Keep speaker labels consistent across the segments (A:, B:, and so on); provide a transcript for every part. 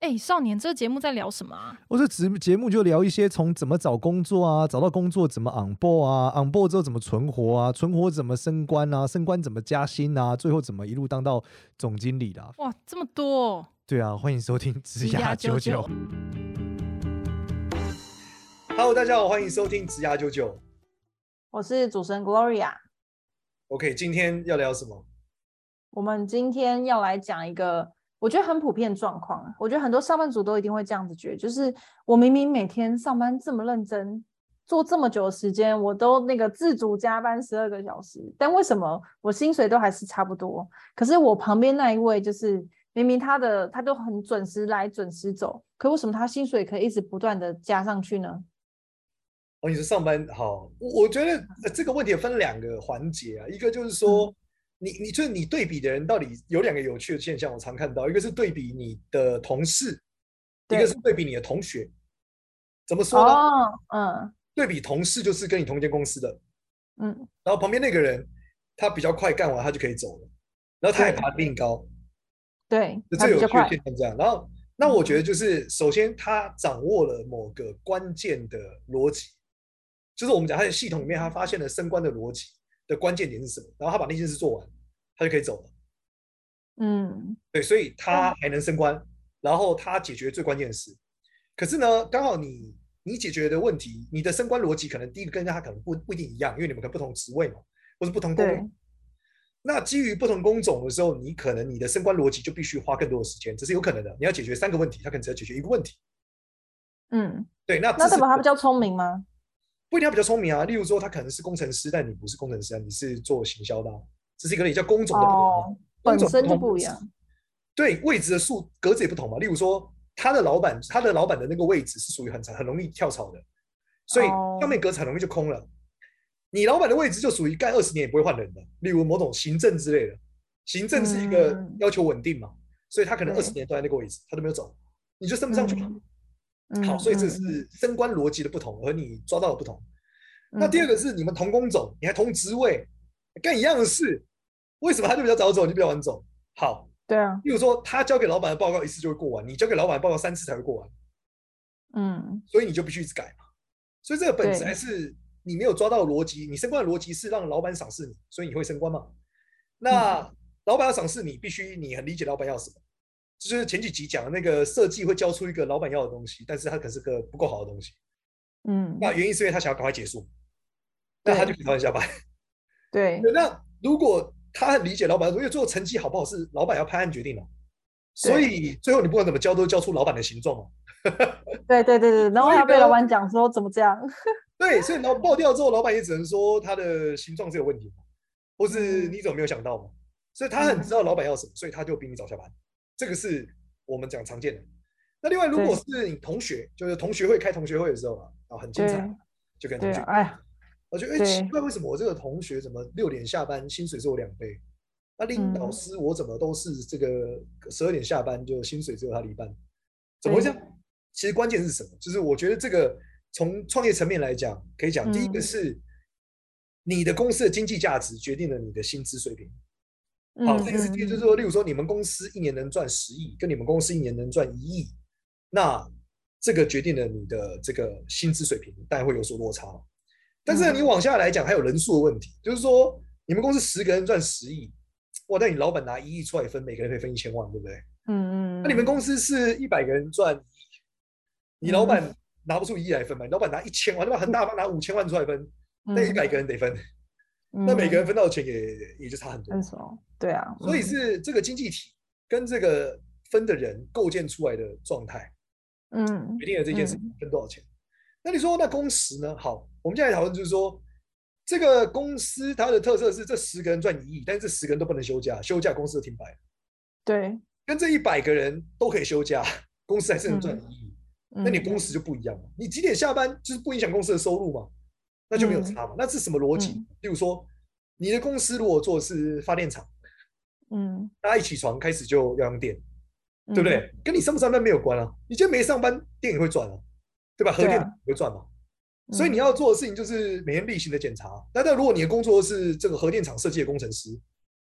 A: 哎、少年，这个节目在聊什么啊？
B: 我这节节目就聊一些从怎么找工作啊，找到工作怎么 on board 啊，on board 之后怎么存活啊，存活怎么升官啊，升官怎么加薪啊，最后怎么一路当到总经理啦。
A: 哇，这么多、哦！
B: 对啊，欢迎收听《职
A: 涯
B: 涯九
A: 九
B: 九》。Hello，大家好，欢迎收听《职涯九九》。
C: 我是主持人 Gloria。
B: OK，今天要聊什么？
C: 我们今天要来讲一个我觉得很普遍的状况啊，我觉得很多上班族都一定会这样子觉得，就是我明明每天上班这么认真，做这么久的时间，我都那个自主加班十二个小时，但为什么我薪水都还是差不多？可是我旁边那一位就是明明他的他都很准时来准时走，可为什么他薪水可以一直不断的加上去呢？
B: 哦，你是上班好，我我觉得呃这个问题也分两个环节啊，一个就是说，
C: 嗯
B: 你你就是你对比的人到底有两个有趣的现象，我常看到，一个是对比你的同事，一个
C: 对
B: 是对比你的同学。怎么说呢？
C: 哦，嗯
B: 对比同事就是跟你同一间公司的，
C: 嗯，
B: 然后旁边那个人他比较快干完，他就可以走了，然后他还
C: 对
B: 爬得比你高，
C: 对
B: 就，
C: 他
B: 最
C: 比
B: 有
C: 较
B: 趣的
C: 快，嗯
B: 现象这样。然后，那我觉得就是，首先他掌握了某个关键的逻辑，就是我们讲他的系统里面，他发现了升官的逻辑的关键点是什么，然后他把那件事做完，他就可以走了。
C: 嗯，
B: 对，所以他还能升官，然后他解决最关键的事。可是呢，刚好你你解决的问题，你的升官逻辑可能第一个跟他可能不不一定一样，因为你们可能不同职位嘛，或是不同工
C: 对
B: 种。那基于不同工种的时候，你可能你的升官逻辑就必须花更多的时间，这是有可能的。你要解决三个问题，他可能只要解决一个问题。
C: 嗯，
B: 对，那
C: 那
B: 啊这
C: 代
B: 是
C: 表他比较聪明吗？
B: 不一定他比较聪明啊。例如说，他可能是工程师，但你不是工程师啊，你是做行销的、啊，这是一个叫工种的不同啊、
C: 哦，
B: 工
C: 本
B: 种
C: 身就
B: 同
C: 不一样。
B: 对位置的数格子也不同嘛。例如说，他的老板，他的老板的那个位置是属于很很容易跳槽的，所以
C: 哦
B: 上面格子很容易就空了。你老板的位置就属于干二十年也不会换人的，例如某种行政之类的。行政是一个
C: 嗯
B: 要求稳定嘛，所以他可能二
C: 对
B: 十年都在那个位置，他都没有走，你就升不上去嘛。
C: 嗯
B: 好，所以这
C: 嗯嗯
B: 是升官逻辑的不同，和你抓到的不同。那第二
C: 嗯
B: 个是你们同工种，你还同职位，干一样的事，为什么他就比较早走，你就比较晚走？好，
C: 对啊，
B: 例如说，他交给老板的报告一次就会过完，你交给老板的报告三次才会过完，
C: 嗯
B: 所以你就必须一直改嘛。所以这个本质
C: 对
B: 还是你没有抓到逻辑，你升官的逻辑是让老板赏识你，所以你会升官嘛。那老板要赏识你，必须你很理解老板要什么。这就是前几集讲的那个设计会教出一个老板要的东西，但是它可能是个不够好的东西。
C: 嗯，
B: 那原因是因为他想要赶快结束，那他就可以早点下班。
C: 对
B: 对，那如果他很理解老板，因为最后成绩好不好是老板要拍案决定的，所以最后你不管怎么教，都教出老板的形状嘛。
C: 对对对对，然后
B: 所以
C: 还被
B: 呢
C: 老板讲说怎么这样，
B: 对，所以老爆掉之后，老板也只能说他的形状是有问题嘛，或
C: 嗯
B: 是你怎么没有想到嘛。所以他很知道老板要什么，所以他就比你早下班。这个是我们讲常见的。那另外，如果是你同学，就是同学会开同学会的时候啊，啊很精彩
C: 对，
B: 就跟同
C: 对
B: 学
C: 啊，，哎呀，
B: 我觉得哎、
C: 对
B: 奇怪，为什么我这个同学怎么六点下班，薪水只有两倍？那另一老
C: 嗯
B: 师我怎么都是这个十二点下班，就薪水只有他的一半？怎么会这样
C: 对？
B: 其实关键是什么？就是我觉得这个从创业层面来讲，可以讲第一个
C: 嗯
B: 是你的公司的经济价值决定了你的薪资水平。好，
C: 嗯
B: 这件事情就是说，例如说你们公司一年能赚十亿，跟你们公司一年能赚一亿，那这个决定了你的这个薪资水平，当然会有所落差。但是呢
C: 嗯
B: 你往下来讲，还有人数的问题，就是说你们公司十个人赚十亿，哇，那你老板拿一亿出来分，每个人可以分一千万，对不对？
C: 嗯嗯，
B: 那你们公司是一百个人赚一亿，你老板
C: 嗯
B: 拿不出一亿来分嘛？你老板拿一千万，老板很大方，拿五千万出来分，那
C: 嗯
B: 一百个人得分，
C: 嗯
B: 那每个人分到的钱也也就差很多
C: 分。手，对啊，
B: 所以
C: 嗯
B: 是这个经济体跟这个分的人构建出来的状态，
C: 嗯
B: 决定了这件事情分多少钱。那你说那工时呢？好，我们现在讨论就是说，这个公司它的特色是这十个人赚一亿，但是这十个人都不能休假，休假公司就停摆了。
C: 对，
B: 跟这一百个人都可以休假，公司还是能赚
C: 嗯
B: 一亿，那
C: 那
B: 你工时就不一样了。你几点下班就是不影响公司的收入嘛，那就没有差嘛。那是什么逻辑
C: 嗯？
B: 例如说，你的公司如果做的是发电厂，
C: 嗯，
B: 大家一起床开始就要用电。
C: 嗯
B: 对不对？？跟你上不上班没有关啊，你今天没上班，电也会赚啊，对吧？核
C: 对啊嗯
B: 电也会赚嘛。所以你
C: 要
B: 要做的事情就是每天例行的检查。啊那但如果你的工作是这个核电厂设计的工程师，
C: 嗯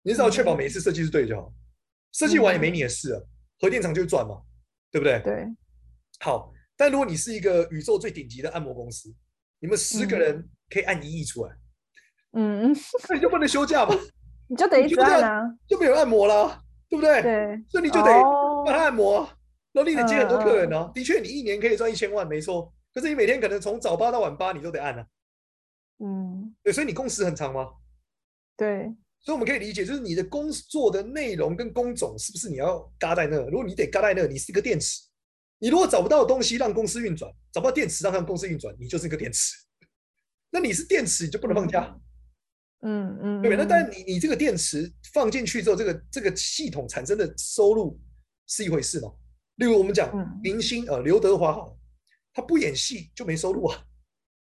B: 你只要确保每一次设计是对就好，设计完也没你的事啊，核电厂就会赚嘛。对不对？
C: 嗯对，
B: 好，但如果你是一个宇宙最顶级的按摩公司，你们十个人可以按一亿出来，
C: 嗯，
B: 那你就不能休假嘛，
C: 你就得一
B: 你
C: 直
B: 觉得
C: 按啊，
B: 就没有按摩啦，对不对？
C: 对，
B: 所以你就得
C: 哦
B: 帮他按摩啊，然后你得接很多客人
C: 嗯
B: 啊。的确，你一年可以赚一千万，没错。可是你每天可能从早八到晚八，你都得按啊。
C: 嗯，
B: 对，所以你工时很长吗？
C: 对，
B: 所以我们可以理解，就是你的工作的内容跟工种是不是你要嘎在那？如果你得嘎在那，你是个电池。你如果找不到东西让公司运转，找不到电池让他们公司运转，你就是一个电池。 那你是电池，你就不能放假。
C: 嗯嗯，
B: 对，那
C: 嗯
B: 但你你这个电池放进去之后，这个这个系统产生的收入是一回事嘛？例如我们讲
C: 嗯
B: 明星呃刘德华好了，他不演戏就没收入啊，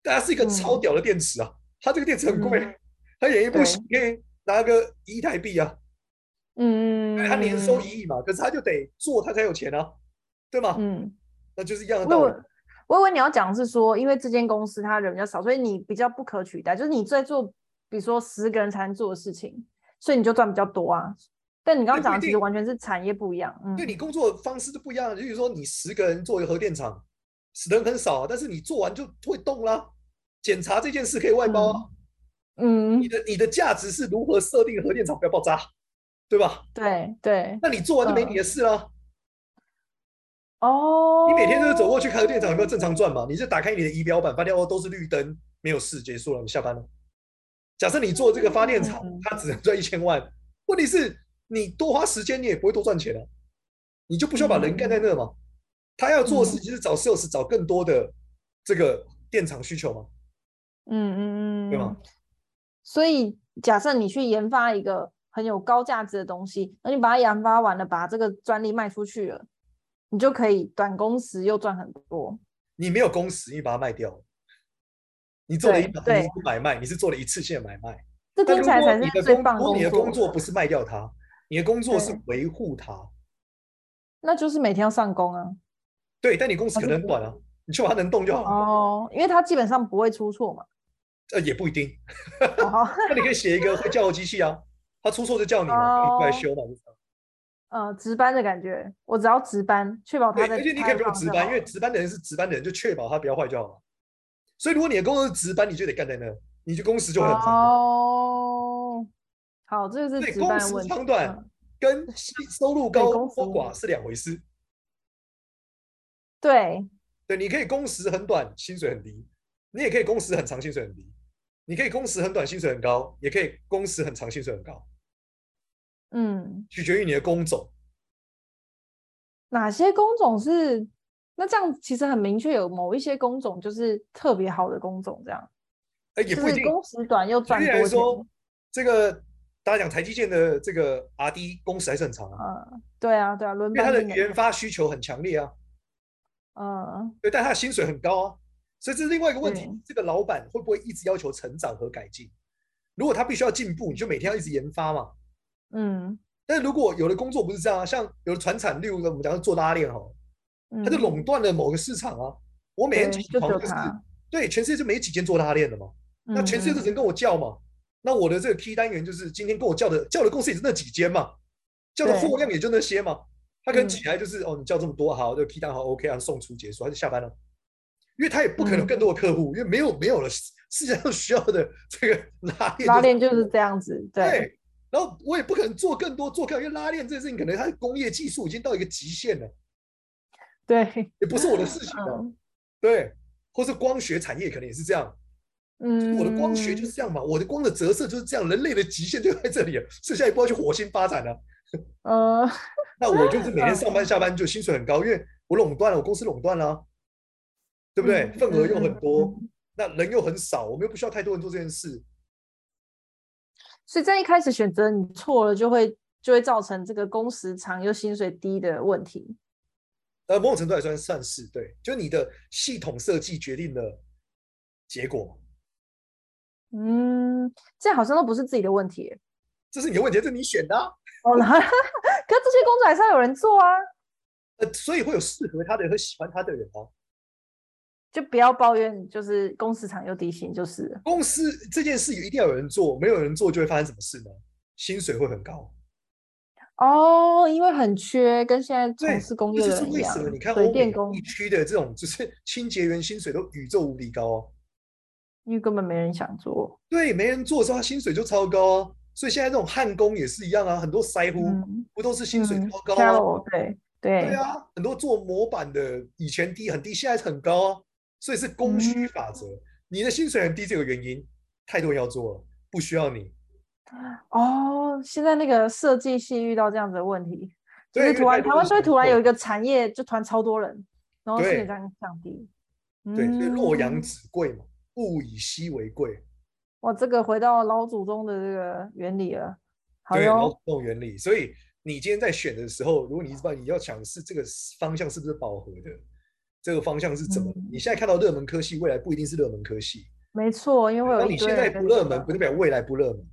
B: 但他是一个超
C: 嗯
B: 屌的电池啊，他这个电池很贵
C: 嗯，
B: 他演一部戏可以拿个一亿台币啊，
C: 嗯，
B: 他年收
C: 嗯
B: 一亿嘛，可是他就得做他才有钱啊，对吗？
C: 嗯，
B: 那就是一样的
C: 我以
B: 道
C: 为
B: 理。
C: 我以为你要讲的是说，因为这间公司它人比较少，所以你比较不可取代，就是你在做，比如说十个人才能做的事情，所以你就赚比较多啊。但你刚刚
B: 也不
C: 讲
B: 一
C: 的其实
B: 定
C: 完全是产业不一样，嗯
B: 对你工作方式就不一样，就是说你十个人做一个核电厂，死人很少啊，但是你做完就会动啦。检查这件事可以外包啊，
C: 嗯
B: 你，的你的价值是如何设定核电厂不要爆炸，对吧？
C: 对对，
B: 那你做完就没你的事啦。
C: 哦，
B: 你每天就是走过去看核电厂有没有正常转嘛，你就打开你的仪表板，发现哦都是绿灯，没有事，结束了，你下班了。假设你做这个发电厂
C: 嗯，
B: 它只能赚一千万，问题是你多花时间，你也不会多赚钱啊，你就不需要把人干
C: 嗯
B: 在那嘛。他要做的事情是找 sales，找更多的这个电厂需求嘛，
C: 嗯，嗯嗯嗯，
B: 对吗？
C: 所以假设你去研发一个很有高价值的东西，那你把它研发完了，把这个专利卖出去了，你就可以短工时又赚很多。
B: 你没有工时，你把它卖掉了，你做了一
C: 对
B: 档
C: 对
B: 你是买卖，你是做了一次性的买卖。
C: 这
B: 但
C: 听
B: 如
C: 起来
B: 果
C: 才
B: 你
C: 是
B: 的
C: 最
B: 工，
C: 棒
B: 如果你的
C: 作
B: 工作不是卖掉它，你的工作是
C: 对
B: 维护它。
C: 那就是每天要上工啊。
B: 对，但你工时
C: 它
B: 可
C: 是
B: 能很
C: 不
B: 短啊，你确保它能动就好了。
C: 哦，因为它基本上不会出错嘛。
B: 呃，也不一定。
C: 哦，
B: 那你可以写一个会叫的机器啊，它出错就叫你嘛，你过来
C: 哦
B: 修嘛。就这样
C: 呃，值班的感觉，我只要值班，确保它
B: 对，
C: 在。
B: 而且你可以不用值班，因为值班的人是值班的人，就确保他不要坏就好了。所以如果你的工作是值班，你就得干在那，你就工时就会很长，
C: 哦，好，这个
B: 对
C: 是值
B: 工
C: 班
B: 时
C: 的问题。
B: 长短
C: 嗯
B: 跟收入
C: 对
B: 高
C: 工时
B: 或寡是两回事。
C: 对，
B: 对，你可以工时很短，薪水很低；你也可以工时很长，薪水很低。你可以工时很短，薪水很高；也可以工时很长，薪水很高，
C: 嗯，
B: 取决于你的工种。
C: 哪些工种是？那这样其实很明确，有某一些工种就是特别好的工种，这样
B: 哎，也
C: 就
B: 不一
C: 是
B: 定。
C: 工时短又
B: 举
C: 赚
B: 例
C: 多
B: 来
C: 钱。
B: 说，这个大家讲台积电的这个 R D 工时还是很长啊，
C: 嗯，对啊，对啊，轮
B: 因为它
C: 班
B: 的
C: 技能
B: 研发需求很强烈啊，
C: 嗯，
B: 对，但它的薪水很高啊，所以这是另外一个问题
C: 对。
B: 这个老板会不会一直要求成长和改进？如果他必须要进步，你就每天要一直研发嘛。
C: 嗯
B: 但如果有的工作不是这样啊，像有的传产，例如我们讲做拉链好了，
C: 嗯，
B: 它就垄断了某个市场啊。我每天
C: 对
B: 起
C: 就只
B: 床
C: 有
B: 就是
C: 它
B: 对全世界就没几间做拉链的嘛，那全世界都
C: 嗯
B: 只能跟我叫嘛。那我的这个 key 单元就是今天跟我叫的叫的公司也是那几间嘛，叫的
C: 对
B: 货量也就那些嘛。他可能
C: 嗯
B: 起来就是、哦，你叫这么多好，这个 key 单好 OK 啊，送出结束，他就下班了。因为他也不可能有
C: 嗯
B: 更多的客户，因为没有没有了世界上需要的这个 拉
C: 嗯
B: 链
C: 拉
B: 就是
C: 链就是这样子，对，
B: 对，然后我也不可能做更多做更多，因为拉链这件事情可能它的工业技术已经到一个极限了，
C: 对，
B: 也不是我的事情了。
C: 嗯
B: 对，或是光学产业可能也是这样，
C: 嗯，
B: 我的光学就是这样嘛，我的光的折射就是这样，人类的极限就在这里了，剩下一步要去火星发展了、
C: 呃，
B: 那我就是每天上班下班就薪水很高，因为我垄断了，我公司垄断了啊、对不对？
C: 嗯
B: 份额又
C: 嗯
B: 很
C: 嗯
B: 多
C: 嗯，
B: 那人又很少，我们又不需要太多人做这件事，
C: 所以在一开始选择你错了，就会就会造成这个工时长又薪水低的问题。
B: 呃，某种程度来算算是对，就你的系统设计决定了结果嘛。
C: 嗯，这好像都不是自己的问题耶。
B: 这是你的问题，这是你选的啊、
C: 哦， 然后可是这些工作还是要有人做啊，
B: 呃，所以会有适合他的和喜欢他的人啊。
C: 就不要抱怨，就是工时长又低薪就是了。
B: 公司这件事一定要有人做，没有人做就会发生什么事呢？薪水会很高，
C: 哦，因为很缺，跟现在
B: 对
C: 从事工
B: 这
C: 业
B: 就
C: 的
B: 是
C: 人一
B: 为
C: 样
B: 什么你，看
C: 水
B: 欧美
C: 电工
B: 地区的这种就是 清洁员薪水都宇宙无敌高哦。
C: 因为根本没人想做。
B: 对，没人做的时候，他薪水就超高啊。所以现在这种焊工也是一样啊，很多腮乎
C: 嗯
B: 不都是薪水
C: 嗯
B: 超高啊？
C: ，Carol，对
B: 对
C: 对，
B: 啊，很多做模板的以前低很低，现在很高啊，所以是供需
C: 嗯
B: 法则。你的薪水很低，这个原因太多人要做了，不需要你。
C: 哦，现在那个设计系遇到这样子的问题，就
B: 对，
C: 是
B: 因为
C: 突然
B: 太多
C: 台湾
B: 人
C: 就会
B: 想
C: 突然有
B: 做
C: 一个产业，就突然超多人，然后薪水
B: 对
C: 这样降低。
B: 对，所以洛阳
C: 嗯
B: 纸贵嘛，物以稀为贵，
C: 哇，这个回到老祖宗的这个原理了。好
B: 对，然后
C: 哟，
B: 这种原理。所以你今天在选的时候，如果你一直把你要想的是这个方向是不是饱和的，这个方向是怎么？
C: 嗯
B: 你现在看到热门科系，未来不一定是热门科系。
C: 没错，因为会有
B: 当
C: 一
B: 你
C: 堆
B: 现在
C: 人跟
B: 不热
C: 你
B: 门，
C: 说
B: 不代表未来不热门。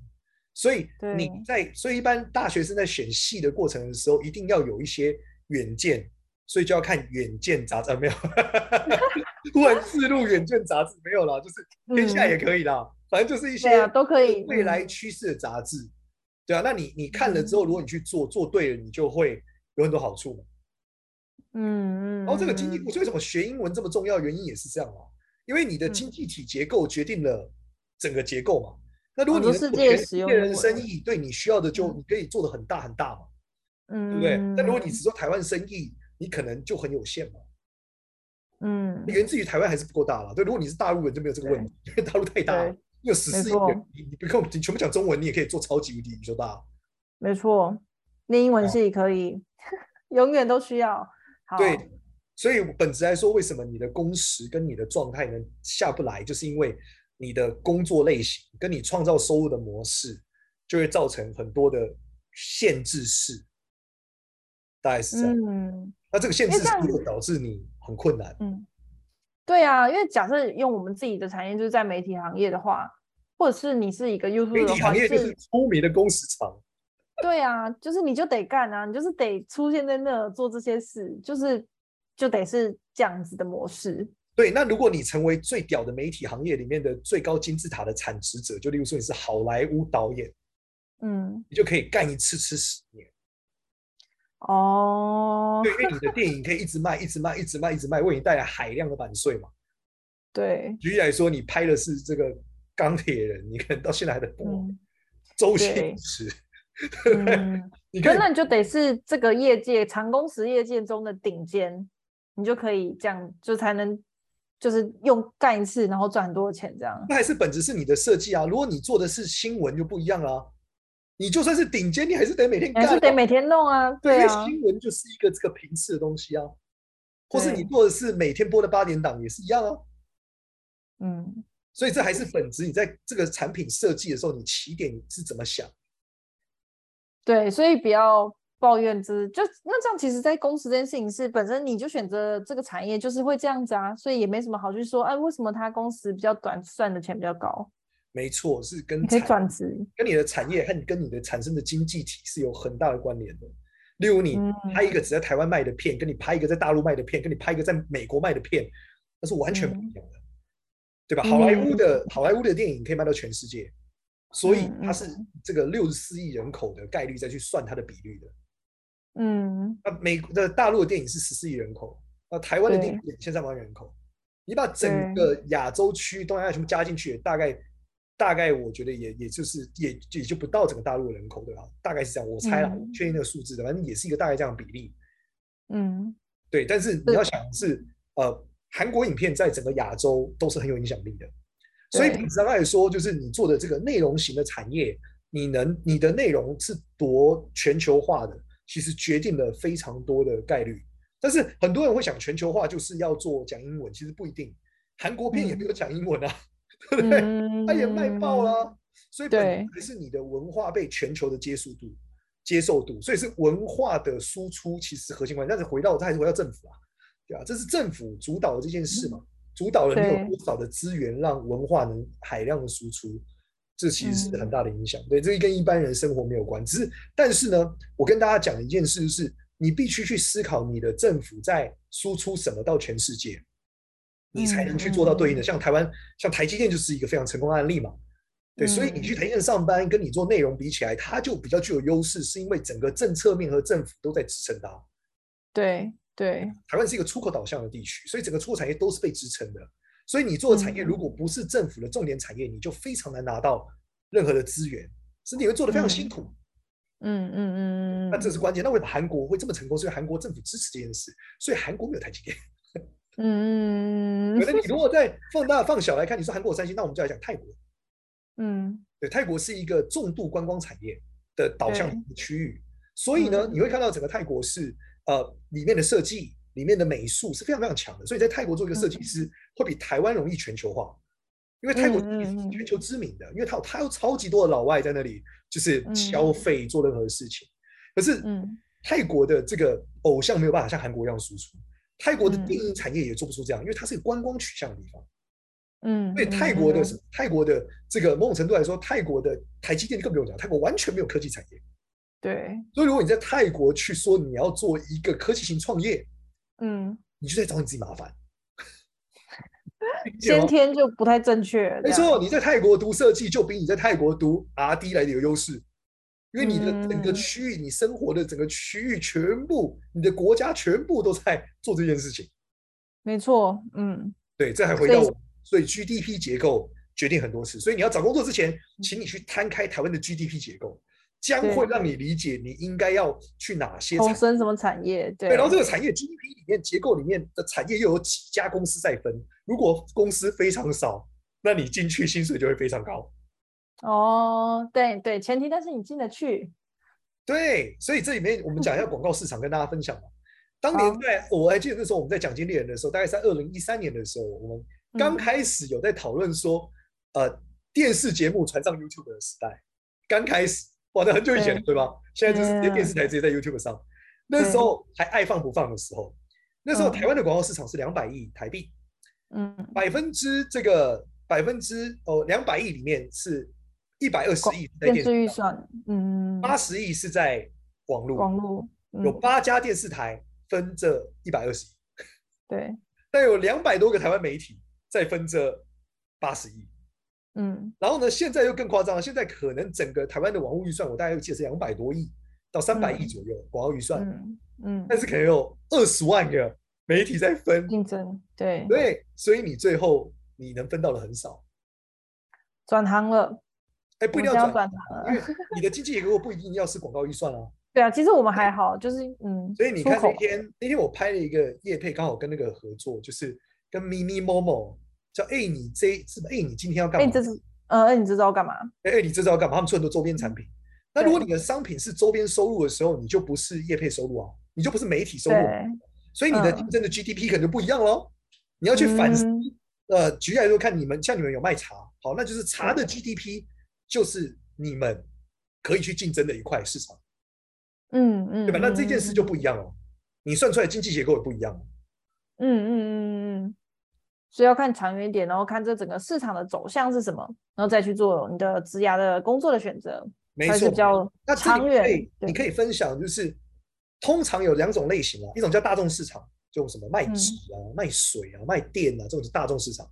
B: 所以你
C: 对
B: 在，所以一般大学生在选系的过程的时候，一定要有一些远见，所以就要看《远见》杂志，啊、没有， 忽然自入《远见》杂志没有啦，就是天下
C: 嗯
B: 也可以啦，反正就是一些
C: 对啊，都可以。
B: 未来
C: 嗯
B: 趋势的杂志，对啊，那你你看了之后，如果你去做，做对了，你就会有很多好处嘛。
C: 嗯嗯，
B: 然后这个经济，
C: 嗯
B: 我觉得为什么学英文这么重要，原因也是这样啊，因为你
C: 嗯
B: 的经济体结构决定了整个结构嘛。那如果
C: 很多哦
B: 你能
C: 世
B: 做
C: 界
B: 全
C: 使
B: 世界
C: 用英
B: 人的
C: 文
B: 生意，对你需要的就
C: 嗯
B: 你可以做的很大很大嘛，
C: 嗯，
B: 对不对？但如果你只做台湾生意，你可能就很有限嘛。
C: 嗯，
B: 源自于台湾还是不够大了，对。如果你是大陆人就没有这个问题，因为大陆太大了，
C: 对，
B: 你有十四亿
C: 没错
B: 人，你你不用你全部讲中文，你也可以做超级无敌宇宙大。
C: 没错，念英文
B: 哦
C: 系可以， 永远都需要。好，
B: 对，所以本质来说，为什么你的工时跟你的状态能下不来，就是因为你的工作类型跟你创造收入的模式，就会造成很多的限制式，大概是这样。
C: 嗯
B: 那这个限
C: 因
B: 制
C: 为
B: 式
C: 这样
B: 就导致你很困难。
C: 嗯，对啊，因为假设用我们自己的产业，就是在媒体行业的话，或者是你是一个
B: 媒
C: YouTube 的
B: 体
C: 话，
B: 行业
C: 你
B: 就是出名的工时长，
C: 对啊，就是你就得干啊，你就是得出现在那儿做这些事，就是就得是这样子的模式。
B: 对，那如果你成为最屌的媒体行业里面的最高金字塔的产值者，就例如说你是好莱坞导演，
C: 嗯，
B: 你就可以干一次吃十年。
C: 哦，
B: 对，因为你的电影可以一直卖，一直卖，一直卖，一直卖，为你带来海量的版税嘛。
C: 对，
B: 举例来说，你拍的是这个钢铁人，你可能到现在还在播、
C: 嗯
B: 周星
C: 对
B: 驰，
C: 嗯。
B: 你
C: 可
B: 可以
C: 是那你就得是这个业界长工时业界中的顶尖，你就可以这样，就才能就是用干一次，然后赚很多钱这样。
B: 那还是本质是你的设计啊。如果你做的是新闻就不一样啦、你就算是顶尖，你还是得每天
C: 你还
B: 干、啊，
C: 是得每天弄 啊，对
B: 因为
C: 啊，
B: 新闻就是一个这个频次的东西啊。或是你
C: 对
B: 做的是每天播的八点档也是一样啊。
C: 嗯，
B: 所以这还是本质，你在这个产品设计的时候，你起点是怎么想？
C: 对，所以不要抱怨之，就那这样，其实，在公司这件事情是本身你就选择这个产业，就是会这样子啊，所以也没什么好去说，哎，为什么他工时比较短，赚的钱比较高？
B: 没错，是
C: 你
B: 跟
C: 可以
B: 产
C: 转职，
B: 跟你的产业和你跟你的产生的经济体是有很大的关联的。例如，你
C: 嗯
B: 拍一个只在台湾卖的片，跟你拍一个在大陆卖的片，跟你拍一个在美国卖的片，那是完全不一样的，对吧？
C: 嗯
B: 好莱坞的好莱坞的电影可以卖到全世界，所以
C: 嗯
B: 它是这个六十四亿人口的概率再去算它的比率的。
C: 嗯，
B: 那美的大陆的电影是十四亿人口，那台湾的电影是现在万人口，你把整个亚洲区、东南亚全部加进去，大概大概我觉得也也就是也也就不到整个大陆的人口对吧？大概是这样，我猜啦，
C: 嗯
B: 我不确定那个数字的，反正也是一个大概这样的比例。
C: 嗯，
B: 对，但是你要想的是，呃，韩国影片在整个亚洲都是很有影响力的，所以
C: 对
B: 本质上来说，就是你做的这个内容型的产业，你能你的内容是多全球化的，其实决定了非常多的概率。但是很多人会想全球化就是要做讲英文，其实不一定，韩国片也没有讲英文啊，对 不对？
C: 嗯，
B: 它也卖爆啊啦、所以本
C: 对
B: 还是你的文化被全球的接受度、接受度，所以是文化的输出其实是核心关键。但是回到它还是回到政府啊，对啊，这是政府主导的这件事嘛，主导了你有
C: 对
B: 多少的资源让文化能海量的输出，这其实
C: 嗯
B: 是很大的影响。对，这跟一般人生活没有关，只是但是呢，我跟大家讲一件事，就是你必须去思考你的政府在输出什么到全世界。
C: 嗯
B: 你才能去做到对应的，像台湾，像台积电就是一个非常成功的案例嘛。对，所以你
C: 嗯
B: 去台积电上班，跟你做内容比起来，它就比较具有优势，是因为整个政策面和政府都在支撑它。
C: 对对，
B: 台湾是一个出口导向的地区，所以整个出口产业都是被支撑的。所以你做的产业
C: 嗯
B: 如果不是政府的重点产业，你就非常难拿到任何的资源，甚至你会做的非常辛苦。
C: 嗯嗯嗯嗯，
B: 那这是关键。那为什么韩国会这么成功？是因为韩国政府支持这件事，所以韩国没有台 积电。
C: 嗯嗯
B: 可能你如果再放大放小来看，你说韩国有三星，那我们就来讲泰国。
C: 嗯
B: 对，泰国是一个重度观光产业的导向
C: 对
B: 区域，所以呢，
C: 嗯
B: 你会看到整个泰国是呃里面的设计、里面的美术是非常非常强的，所以在泰国做一个设
C: 嗯
B: 计师会比台湾容易全球化，因为泰国
C: 嗯嗯嗯嗯
B: 全球知名的，因为它有它有超级多的老外在那里就是
C: 嗯
B: 消费做任何事情，可是
C: 嗯
B: 泰国的这个偶像没有办法像韩国一样输出。泰国的
C: 嗯
B: 电影产业也做不出这样，因为它是一个观光取向的地方。
C: 嗯，
B: 所以泰国的是泰国的这个某种程度来说，泰国的台积电更不用讲，泰国完全没有科技产业。
C: 对，
B: 所以如果你在泰国去说你要做一个科技型创业，
C: 嗯，
B: 你就在找你自己麻 烦。
C: 先天就不太正确，
B: 没错，你在泰国读设计就比你在泰国读 R D 来的有优势，因为你的整个
C: 嗯
B: 区域，你生活的整个区域全部，你的国家全部都在做这件事情。
C: 没错，嗯
B: 对，这还
C: 所
B: 回
C: 以
B: 到我们所以 GDP 结构决定很多事，所以你要找工作之前，请你去摊开台湾的 GDP 结构，将会
C: 嗯对
B: 让你理解你应该要去哪些
C: 投
B: 产业。
C: 身什么产业？对，
B: 对，然后这个产业 GDP 里面结构里面的产业又有几家公司在分，如果公司非常少，那你进去薪水就会非常高。
C: 哦，对对，前提但是你进得去，
B: 对，所以这里面我们讲一下广告市场，跟大家分享嘛。当年
C: 嗯好
B: 在我还记得那时候我们在讲经理人的时候，大概是在二零一三年的时候，我们刚
C: 嗯
B: 开始有在讨论说，呃，电视节目传上 YouTube 的时代，刚开始，哇，那很久以前了对吧？现在就是直接电视台直接在 YouTube 上，那时候还爱放不放的时候，那时候
C: 嗯
B: 台湾的广告市场是两百亿台币，
C: 嗯，
B: 百分之这个百分之哦两百亿里面是一百二十亿在
C: 电
B: 电
C: 视预
B: 视上，
C: 算，嗯，
B: 八十亿是在网络。
C: 网络，
B: 有
C: 嗯，
B: 八家电视台分这一百二十亿，
C: 对，
B: 但有两百多个台湾媒体在分这八十亿。
C: 嗯
B: 然后呢，现在又更夸张了，现在可能整个台湾的网络预算，我大概记得是两百多亿到三百亿
C: 嗯
B: 左右广告预算，
C: 嗯嗯，
B: 但是可能有二十万个媒体在分，
C: 竞争，对，
B: 对，所以你最后你能分到的很少，
C: 转行了，
B: 哎，不
C: 我
B: 一
C: 们
B: 定
C: 现在
B: 要
C: 要转
B: 转，
C: 行
B: 因
C: 了，
B: 为你的经济结构不一定要是广告预算啊。
C: 对啊，其实我们还好，就是嗯，
B: 所以你
C: 出
B: 看
C: 口
B: 那天那天我拍了一个叶配，刚好跟那个合作，就是跟咪咪 Momo 叫哎、你这是哎、你今天要干
C: 哎，
B: 嘛？
C: 你这是，呃，哎你这招干嘛？
B: 哎、哎你这是要干嘛？他们出很多周边产品。那如果
C: 对
B: 你的商品是周边收入的时候，你就不是业配收入啊，你就不是媒体收入，
C: 对，
B: 所以你的
C: 嗯
B: 竞争的 GDP 可能就不一样喽。你要去反思，
C: 嗯
B: 呃，举例来说，看你们像你们有卖茶，好，那就是茶的 GDP 就是你们可以去竞争的一块市场。
C: 嗯嗯，
B: 对吧？那这件事就
C: 嗯
B: 不一样了，你算出来经济结构也不一样了。
C: 嗯嗯嗯嗯嗯，所以要看长远一点，然后看这整个市场的走向是什么，然后再去做你的职涯的工作的选择，
B: 没
C: 才是
B: 错，
C: 比较
B: 那这
C: 长
B: 里可
C: 远
B: 以。
C: 对
B: 你可以分享，就是通常有两种类型啊，一种叫大众市场，就什么卖纸啊、卖水啊、卖电啊，这种是大众市场。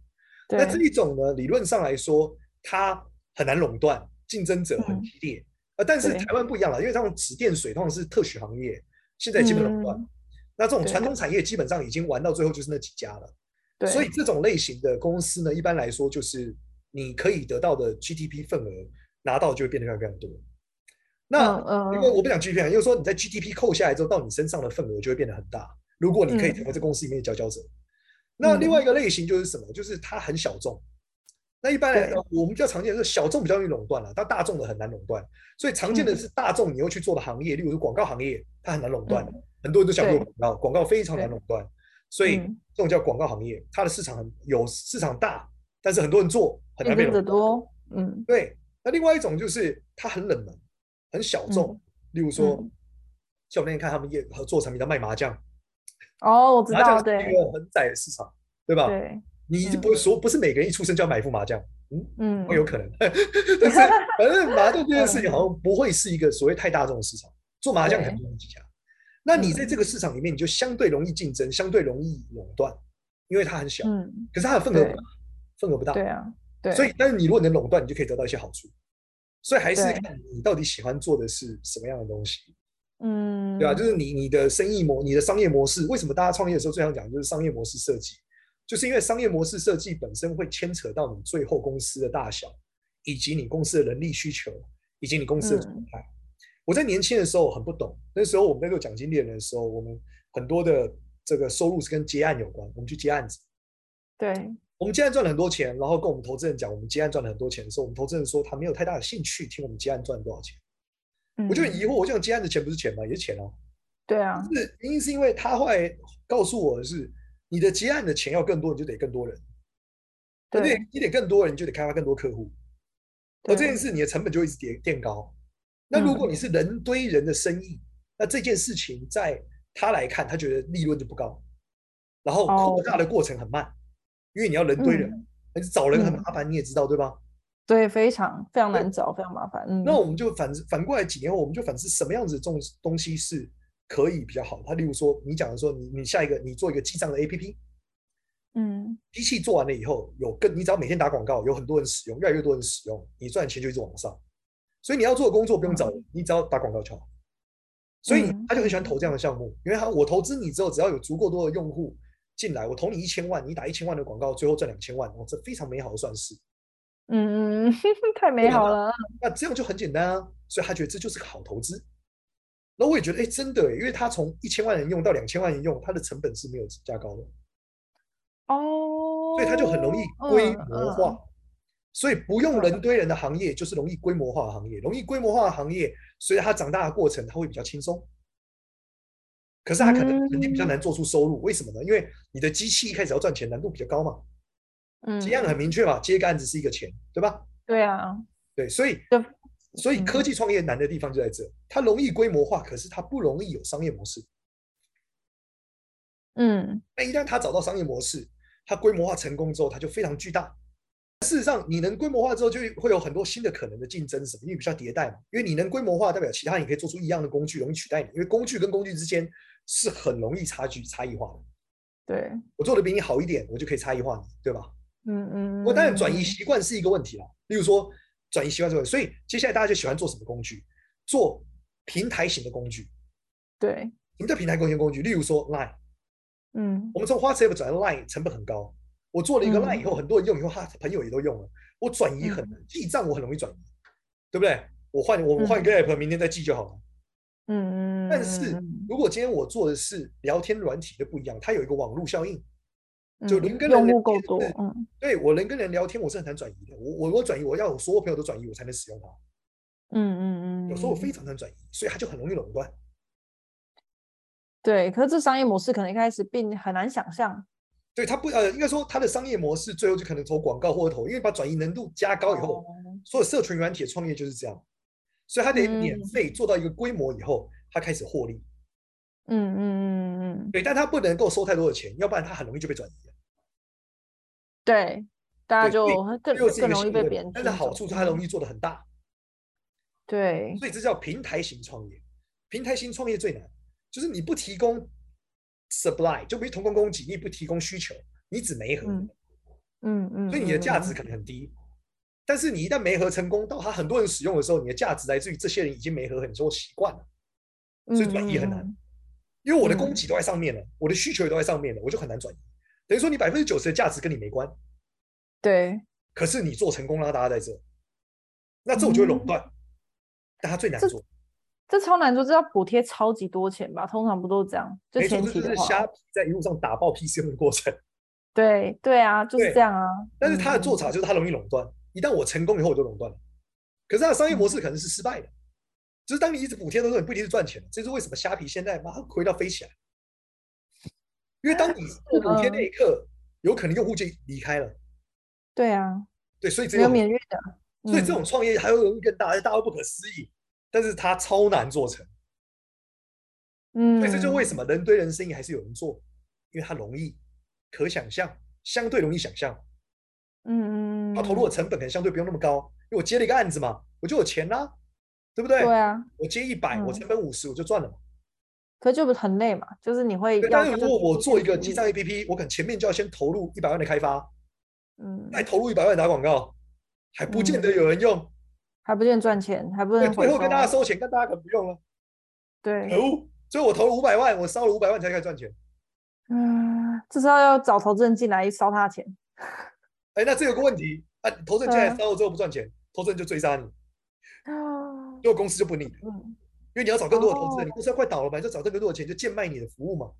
B: 那这
C: 嗯对，
B: 一种呢，理论上来说，它很难垄断，竞争者很
C: 嗯
B: 激烈。呃，但是
C: 对
B: 台湾不一样了，因为这种纸电水通常是特许行业，现在基本垄断。
C: 嗯
B: 那这种
C: 对
B: 传统产业基本上已经玩到最后就是那几家了。
C: 嗯对，
B: 所以这种类型的公司呢，一般来说就是你可以得到的 GDP 份额拿到就会变得非常非常多。那、
C: 嗯
B: 因为
C: 嗯
B: 我不讲 GDP，啊就是说你在 GDP 扣下来之后，到你身上的份额就会变得很大。如果你可以
C: 嗯
B: 成为这公司里面的佼佼者，那另外一个类型就是什么？就是它很小众。那一般来
C: 对
B: 呃我们比较常见的是小众比较容易垄断了，但大众的很难垄断。所以常见的
C: 嗯
B: 是大众你又去做的行业，例如广告行业，它很难垄断。
C: 嗯
B: 很多人都想做
C: 对
B: 广告，广告非常难垄断，所以
C: 嗯
B: 这种叫广告行业，它的市场很有市场大，但是很多人做很难
C: 竞争
B: 被
C: 者
B: 垄断。
C: 多，嗯
B: 对，那另外一种就是它很冷门、很小众，例如说，
C: 嗯
B: 像我那天看他们业合作产品叫卖麻将，
C: 哦，我知
B: 麻
C: 道，
B: 将是一
C: 对
B: 个很窄的市场，对吧？
C: 对，
B: 你不是说不是每个人一出生就要买一副麻将，嗯，
C: 嗯
B: 有 可能，但是反正麻将这件事情好像不会是一个所谓太大众的市场，做麻将
C: 对
B: 肯定有几家。那你在
C: 嗯
B: 这个市场里面，你就相对容易竞争，相对容易垄断，因为它很小，
C: 嗯，
B: 可是它的份额不
C: 对
B: 大份额不大。
C: 对啊，对，
B: 所以，但是你如果能垄断，你就可以得到一些好处。所以还是
C: 对
B: 看你到底喜欢做的是什么样的东西，
C: 嗯，
B: 对吧、啊就是你你的生意模、你的商业模式，为什么大家创业的时候最常讲就是商业模式设计？就是因为商业模式设计本身会牵扯到你最后公司的大小，以及你公司的人力需求，以及你公司的
C: 嗯
B: 状态。我在年轻的时候很不懂，那时候我们在做奖金猎人的时候，我们很多的这个收入是跟接案有关，我们去接案子。
C: 对，
B: 我们接案赚了很多钱，然后跟我们投资人讲我们接案赚了很多钱的时候，我们投资人说他没有太大的兴趣听我们接案赚多少钱，我就很
C: 嗯
B: 疑惑，我就想接案的钱不是钱吗？也是钱啊，
C: 对啊，
B: 是原因是因为他后来告诉我的是，你的接案的钱要更多，你就得更多人，而且
C: 对
B: 你得更多人，你就得开发更多客户，而
C: 对嗯
B: 这件事你的成本就会一直叠垫高。那如果你是人堆人的生意，那这件事情在他来看，他觉得利润就不高，然后扩
C: 哦嗯
B: 大的过程很慢，因为你要人堆人，而且找人很麻烦，你也知道对吧？
C: 对，非常非常
B: 对
C: 难找，非常麻烦。嗯，
B: 那我们就反思反过来几年后，我们就反思什么样子的东东西是可以比较好。它例如说，你讲的说，你你下一个你做一个记账的 APP，
C: 嗯，
B: 机器做完了以后，有更你只要每天打广告，有很多人使用，越来越多人使用，你赚的钱就一直往上。所以你要做的工作不用找人，你只要打广告就好。所以
C: 嗯
B: 他就很喜欢投这样的项目，因为他我投资你之后，只要有足够多的用户进来，我投你一千万，你打一千万的广告，最后赚两千万，哦，这非常美好的算式。
C: 嗯 嗯，太美好了。
B: 那这样就很简单啊，所以他觉得这就是个好投资。那我也觉得，哎，真的诶，因为他从一千万人用到两千万人用，他的成本是没有加高的，
C: 哦，
B: 所以他就很容易规模化。
C: 嗯。嗯嗯
B: 所以不用人堆人的行业，就是容易规模化的行业。容易规模化的行业，随着他长大的过程，他会比较轻松。可是他可
C: 嗯
B: 能肯定比较难做出收入，为什么呢？因为你的机器一开始要赚钱，难度比较高嘛。
C: 嗯，
B: 这样很明确嘛，接个案子是一个钱，对吧？
C: 对啊，
B: 对，所以
C: 对
B: 所以
C: 嗯
B: 科技创业难的地方就在这，它容易规模化，可是它不容易有商业模式。
C: 嗯，
B: 但一旦它找到商业模式，它规模化成功之后，它就非常巨大。事实上，你能规模化之后，就会有很多新的可能的竞争，什么？因为比较迭代嘛。因为你能规模化，代表其他人也可以做出一样的工具，容易取代你。因为工具跟工具之间是很容易差距差异化的。
C: 对，
B: 我做的比你好一点，我就可以差异化你，对吧？
C: 嗯嗯。
B: 我当然转移
C: 嗯，
B: 习惯是一个问题啦。例如说转移习惯这个，所以接下来大家就喜欢做什么工具？做平台型的工具。
C: 对，
B: 什么叫平台贡献工具？例如说 Line，
C: 嗯
B: 我们从 WhatsApp 转到 Line 成本很高。我做了一个
C: 嗯
B: Line 以后，很多人用以后，他朋友也都用了。我转移很难，记账我很容易转移，对不对？我换
C: 嗯
B: 我换一个 app，明天再记就好了。
C: 嗯嗯。
B: 但是
C: 嗯
B: 如果今天我做的是聊天软体就不一样，它有一个网络效应。
C: 嗯
B: 就人跟人
C: 用
B: 的
C: 户够
B: 连接
C: 多
B: 是，
C: 嗯
B: 对我能跟人聊天，我是很难转移的。我我如果转移，我要我所有朋友都转移，我才能使用它。
C: 嗯嗯嗯。
B: 有时候我非
C: 嗯
B: 常难转移，所以它就很容易垄断。
C: 对，可是这商业模式可能一开始并很难想象。
B: 对它不呃，应该说它的商业模式最后就可能投广告或者投，因为把转移难度加高以后，
C: 哦
B: 所有社群软体的创业就是这样，所以它得
C: 嗯
B: 免费做到一个规模以后，它开始获利。
C: 嗯嗯嗯嗯嗯，
B: 对，但它不能够收太多的钱，要不然它很容易就被转移了。
C: 对，大家
B: 对所
C: 就
B: 以
C: 更
B: 又是一
C: 更
B: 个
C: 容易
B: 新
C: 被
B: 的
C: 别人
B: 问
C: 追走。，嗯
B: 题但是好处是它容易做得很大，
C: 对，
B: 所以这叫平台型创业。平台型创业最难，就是你不提供 supply，就比如同供供给，你也不提供需求，你只媒合。
C: 嗯嗯嗯，
B: 所以你的价
C: 嗯
B: 值可能很低。但是你一旦媒合成功，到它很多人使用的时候，你的价值来自于这些人已经媒合很多习惯了，
C: 嗯
B: 所以转移很难。因为我的供给都在上面了，我的需求也都在上面了，我就很难转移。等于说你百分之九十的价值跟你没关，
C: 对，
B: 可是你做成功让大家在这，那这我就会垄
C: 嗯
B: 断，但它最难
C: 这
B: 做。
C: 这超难做，这要补贴超级多钱吧？通常不都是这样？就
B: 没错，
C: 前
B: 这
C: 期
B: 就
C: 的
B: 是
C: 话，
B: 虾皮在一路上打爆 PC 的过程。
C: 对对啊，就是
B: 对
C: 这样啊。
B: 但是它的
C: 嗯
B: 做法就是它容易垄断，一旦我成功以后我就垄断了。可是它的商业
C: 嗯
B: 模式可能是失败的，就是当你一直补贴的时候，你不一定是赚钱的。这就是为什么虾皮现在妈亏到飞起来，因为当你不补
C: 啊
B: 贴那一刻，有可能用户就离开了。
C: 对啊，
B: 对，所以这
C: 没有
B: 种
C: 免疫的，
B: 所以这
C: 嗯
B: 种创业还有容易更大，大到不可思议，但是它超难做成。
C: 嗯，
B: 所以这就是为什么人堆人生意还是有人做，因为它容易，可想象，相对容易想象。
C: 嗯嗯，
B: 他投入的成本可能相对不用那么高，因为我接了一个案子嘛，我就有钱啦、对不对？
C: 对啊，
B: 我接一百、
C: 嗯
B: 我成本五十，我就赚了嘛。
C: 可是就不很累嘛，就是你会
B: 对，
C: 要
B: 但是
C: 就
B: 如果我做一个记
C: 一
B: 账 APP，我可能前面就要先投入一百万的开发，
C: 嗯，
B: 再投入一百万打广告，还不见得有人用，
C: 还不见赚钱，还不
B: 对，
C: 能
B: 最后
C: 回
B: 跟大家
C: 收
B: 收钱，但大家可不用了，可
C: 对，
B: 恶！所以我投了五百万，我烧了五百万才开始赚钱。
C: 嗯，至少要找投资人进来烧他的钱，
B: 哎，那这有个问题啊，投资人进来
C: 嗯
B: 烧了之后不赚钱，投资人就追杀你，
C: 啊，
B: 结果公司就不理你，
C: 嗯，
B: 因为你要找更多的投资人，
C: 哦
B: 你公司要快倒了嘛，你就找更多的钱，就贱卖你的服务嘛。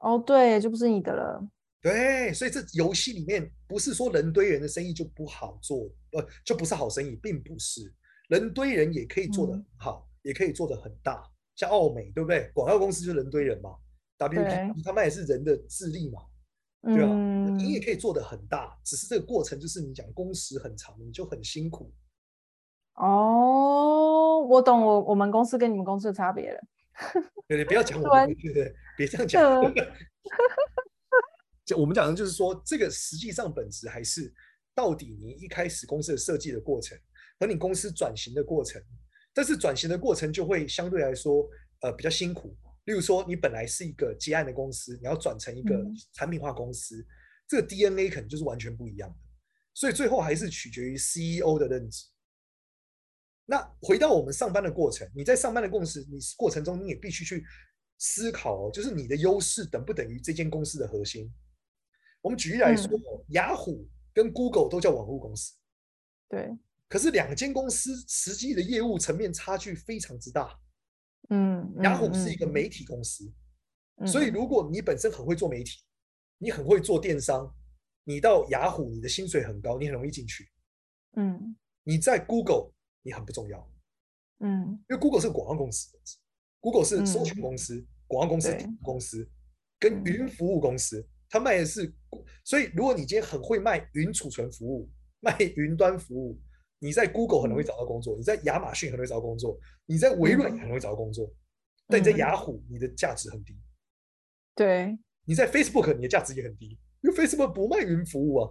C: 哦，对，就不是你的了，
B: 对，所以这游戏里面不是说人堆人的生意就不好做，呃，就不是好生意，并不是。人堆人也可以做得很好，也可以做得很大，像奥美对不对？广告公司就是人堆人嘛，WP
C: 对
B: 他们也是人的智力嘛，对吧？
C: 嗯，
B: 你也可以做得很大，只是这个过程就是你讲工时很长，你就很辛苦。
C: 哦，我懂我我们公司跟你们公司的差别了，
B: 对对，不要讲我
C: 完
B: 们，对对，别这样 讲。
C: 嗯
B: 就我们讲的就是说，这个实际上本质还是到底你一开始公司的设计的过程和你公司转型的过程，但是转型的过程就会相对来说呃比较辛苦。例如说，你本来是一个接案的公司，你要转成一个
C: 嗯
B: 产品化公司，这个 DNA 可能就是完全不一样的。所以最后还是取决于 CEO 的认知。那回到我们上班的过程，你在上班的过程，你过程中你也必须去思考哦，就是你的优势等不等于这间公司的核心。我们举例来说哦
C: 嗯，
B: 雅虎跟 Google 都叫网络公司，
C: 对，
B: 可是两间公司实际的业务层面差距非常之大。
C: 嗯，
B: 雅
C: 嗯
B: 虎是一个
C: 嗯
B: 媒体公司，
C: 嗯
B: 所以如果你本身很会做媒体，你很会做电商，你到雅虎你的薪水很高，你很容易进去。
C: 嗯
B: 你在 Google 你很不重要，
C: 嗯，
B: 因为 Google 是广告公司，Google 是搜寻
C: 嗯
B: 公司、广告公司、
C: 对嗯
B: 服务公司跟云服务公司，它卖的是，所以如果你今天很会卖云储存服务、卖云端服务，你在 Google 很容易
C: 嗯
B: 找到工作，你在亚马逊很容易找到工作，你在微软也很容易找到工作，但你在
C: 嗯
B: 雅虎你的价值很低，
C: 对
B: 你在 Facebook 你的价值也很低，因为 Facebook 不卖云服务啊，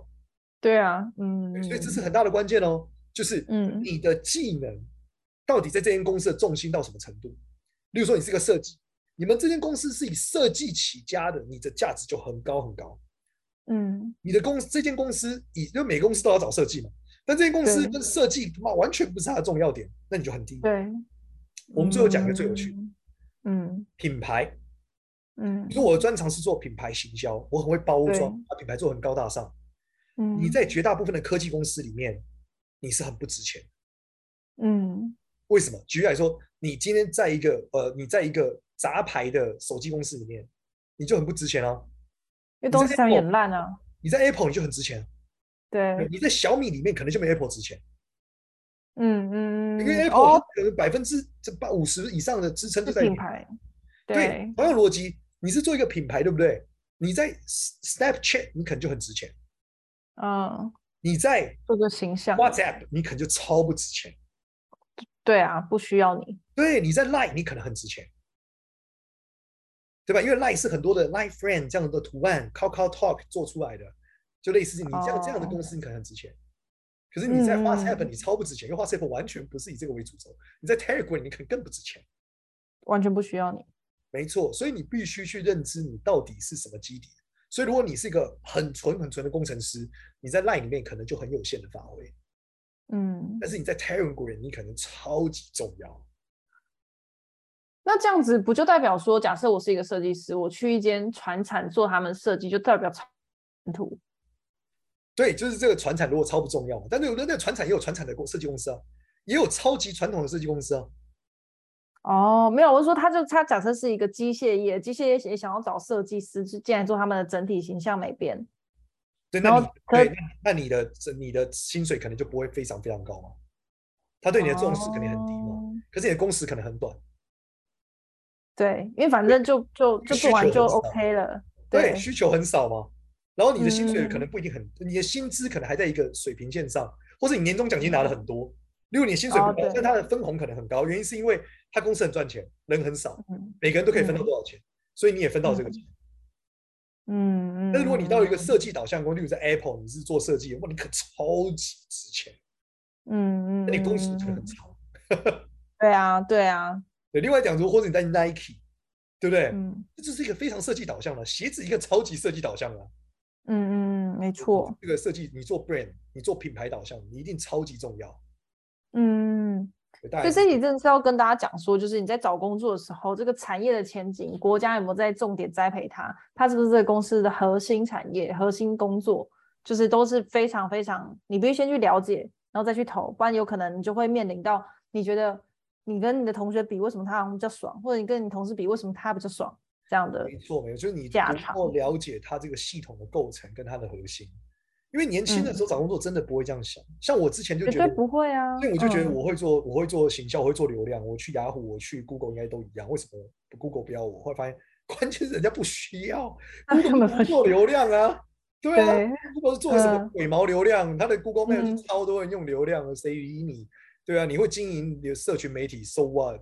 C: 对啊，嗯，
B: 所以这是很大的关键哦，就是
C: 嗯
B: 你的技能到底在这间公司的重心到什么程度？例如说，你是个设计，你们这间公司是以设计起家的，你的价值就很高很高。
C: 嗯
B: 你的公司这间公司以，因为每个公司都要找设计嘛，但这间公司
C: 对
B: 跟设计他妈完全不是它的重要点，那你就很低。
C: 对，
B: 我们最后讲一个最有趣的
C: 嗯，
B: 品牌，
C: 嗯
B: 你说我的专长是做品牌行销，我很会包
C: 对
B: 装，把品牌做很高大上。
C: 嗯，
B: 你在绝大部分的科技公司里面，你是很不值钱的。
C: 嗯
B: 为什么？举例来说，你今天在一个呃，你在一个杂牌的手机公司里面，你就很不值钱啊。
C: 因为
B: 你
C: 东
B: 在
C: 西上
B: Apple-
C: 很烂啊，
B: 你在 Apple 你就很值钱，啊
C: 对，
B: 你在小米里面可能就没 Apple 值钱，
C: 嗯嗯，
B: 因为
C: 嗯
B: Apple
C: 哦
B: 可能百分之这八五十以上的支撑就是在
C: 品
B: 你
C: 牌，
B: 对
C: 对，，
B: 同样逻辑，你是做一个品牌，对不对？你在 S- Snapchat 你可能就很值钱，
C: 嗯，
B: 你在
C: 做个形象，
B: WhatsApp 你可能就超不值钱，
C: 对啊，不需要你，
B: 对，你在 Line 你可能很值钱，对吧？因为 Line 是很多的 Line Friend 这样的图案，Kakao Talk 做出来的，就类似你这样、这样的
C: 哦
B: 公司，你可能很值钱。可是你在
C: 嗯
B: WhatsApp 你超不值钱，因为 WhatsApp 完全不是以这个为主轴。你在 Telegram 你可能更不值钱，
C: 完全不需要你，
B: 没错。所以你必须去认知你到底是什么基底。所以如果你是一个很纯很纯的工程师，你在 Line 里面可能就很有限的发挥，
C: 嗯，
B: 但是你在 Telegram 你可能超级重要。
C: 那这样子不就代表说，假设我是一个设计师，我去一间传产做他们设计，就代表产图，
B: 对，就是这个传产如果超不重要嘛，但是有的那个传产也有传产的公设计公司啊，也有超级传统的设计公司啊。
C: 哦，没有，我是说他就他假设是一个机械业，机械业也想要找设计师，就进来做他们的整体形象美编，
B: 对，
C: 然
B: 那你
C: 后可
B: 对那那你的你的薪水可能就不会非常非常高嘛，他对你的重视肯定很低嘛，
C: 哦
B: 可是你的工时可能很短。
C: 对，因为反正就就就
B: 需
C: 做完
B: 求
C: 就
B: 很少
C: OK 了，
B: 对，
C: 对
B: 需求很少嘛，然后你的薪水可
C: 嗯
B: 能不一定很，你的薪资可能还在一个水平线上，或者你年终奖金拿的很多，例如你的薪水
C: 哦
B: 不高，
C: 对
B: 但他的分红可能很高，原因是因为他公司很赚钱，人很少，
C: 嗯
B: 每个人都可以分到
C: 嗯
B: 多少钱，所以你也分到这个
C: 嗯
B: 钱。
C: 嗯嗯。
B: 但是如果你到一个
C: 嗯
B: 设计导向公司，例如在 Apple，你是做设计的，哇，你可超级值钱，
C: 嗯嗯，
B: 那你工时可
C: 嗯
B: 能很
C: 嗯
B: 长。
C: 对啊对啊，
B: 对，另外讲说，或者你在 Nike，对不对？
C: 嗯
B: 这就是一个非常设计导向的，鞋子一个超级设计导向的，
C: 嗯嗯，没错，
B: 这个设计，你做 brand，你做品牌导向，你一定超级重要。
C: 嗯。
B: 对大
C: 所
B: 家
C: 以这里真的是要跟大家讲说，就是你在找工作的时候，这个产业的前景，国家有没有在重点栽培它？它是不是这个公司的核心产业、核心工作？就是都是非常非常，你必须先去了解，然后再去投，不然有可能你就会面临到你觉得你跟你的同学比，为什么他好像比较爽，或者你跟你同事比，为什么他比较爽这样的？
B: 没错，没错，就是你
C: 价
B: 能够
C: 场
B: 了解它这个系统的构成跟它的核心。因为年轻的时候找工作真的不会这样想，像我之前
C: 嗯
B: 就
C: 绝
B: 觉得
C: 对不会啊！
B: 所以我就觉得
C: 嗯
B: 我会做，我会做行销，我会做流量，我去雅虎，我去 Google 应该都一样。为什么 Google 不要我？后来发现，关键是人家不需要
C: 他根 本不
B: 不做流量啊，对啊
C: 对
B: ，Google 是做什么
C: 嗯
B: 鬼毛流量？它的 Google Map
C: 嗯
B: 是超多人用流量的，谁理你？对啊，你会经营你的社群媒体，so what？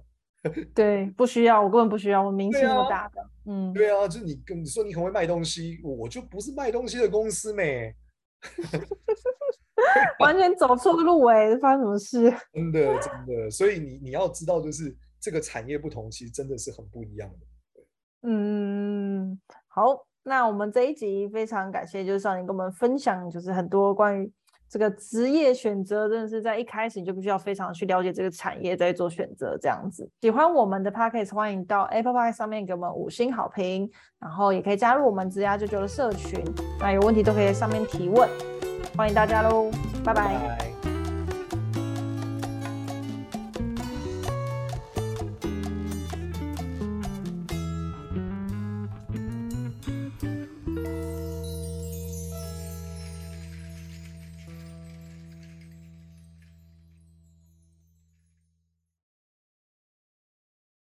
C: 对，不需要，我根本不需要，我名气
B: 对
C: 那
B: 啊
C: 么大的，嗯，
B: 对啊，就是你跟你说你很会卖东西，我就不是卖东西的公司咩，
C: 完全走错路哎，发生什么事？
B: 真的真的。所以你你要知道，就是这个产业不同，其实真的是很不一样的。
C: 嗯，好，那我们这一集非常感谢，就是少年跟我们分享，就是很多关于这个职业选择，真的是在一开始你就必须要非常去了解这个产业，再做选择这样子。喜欢我们的 podcast，欢迎到 Apple Podcast 上面给我们五星好评，然后也可以加入我们职涯舅舅的社群，那有问题都可以在上面提问，欢迎大家喽，拜拜。
B: 拜。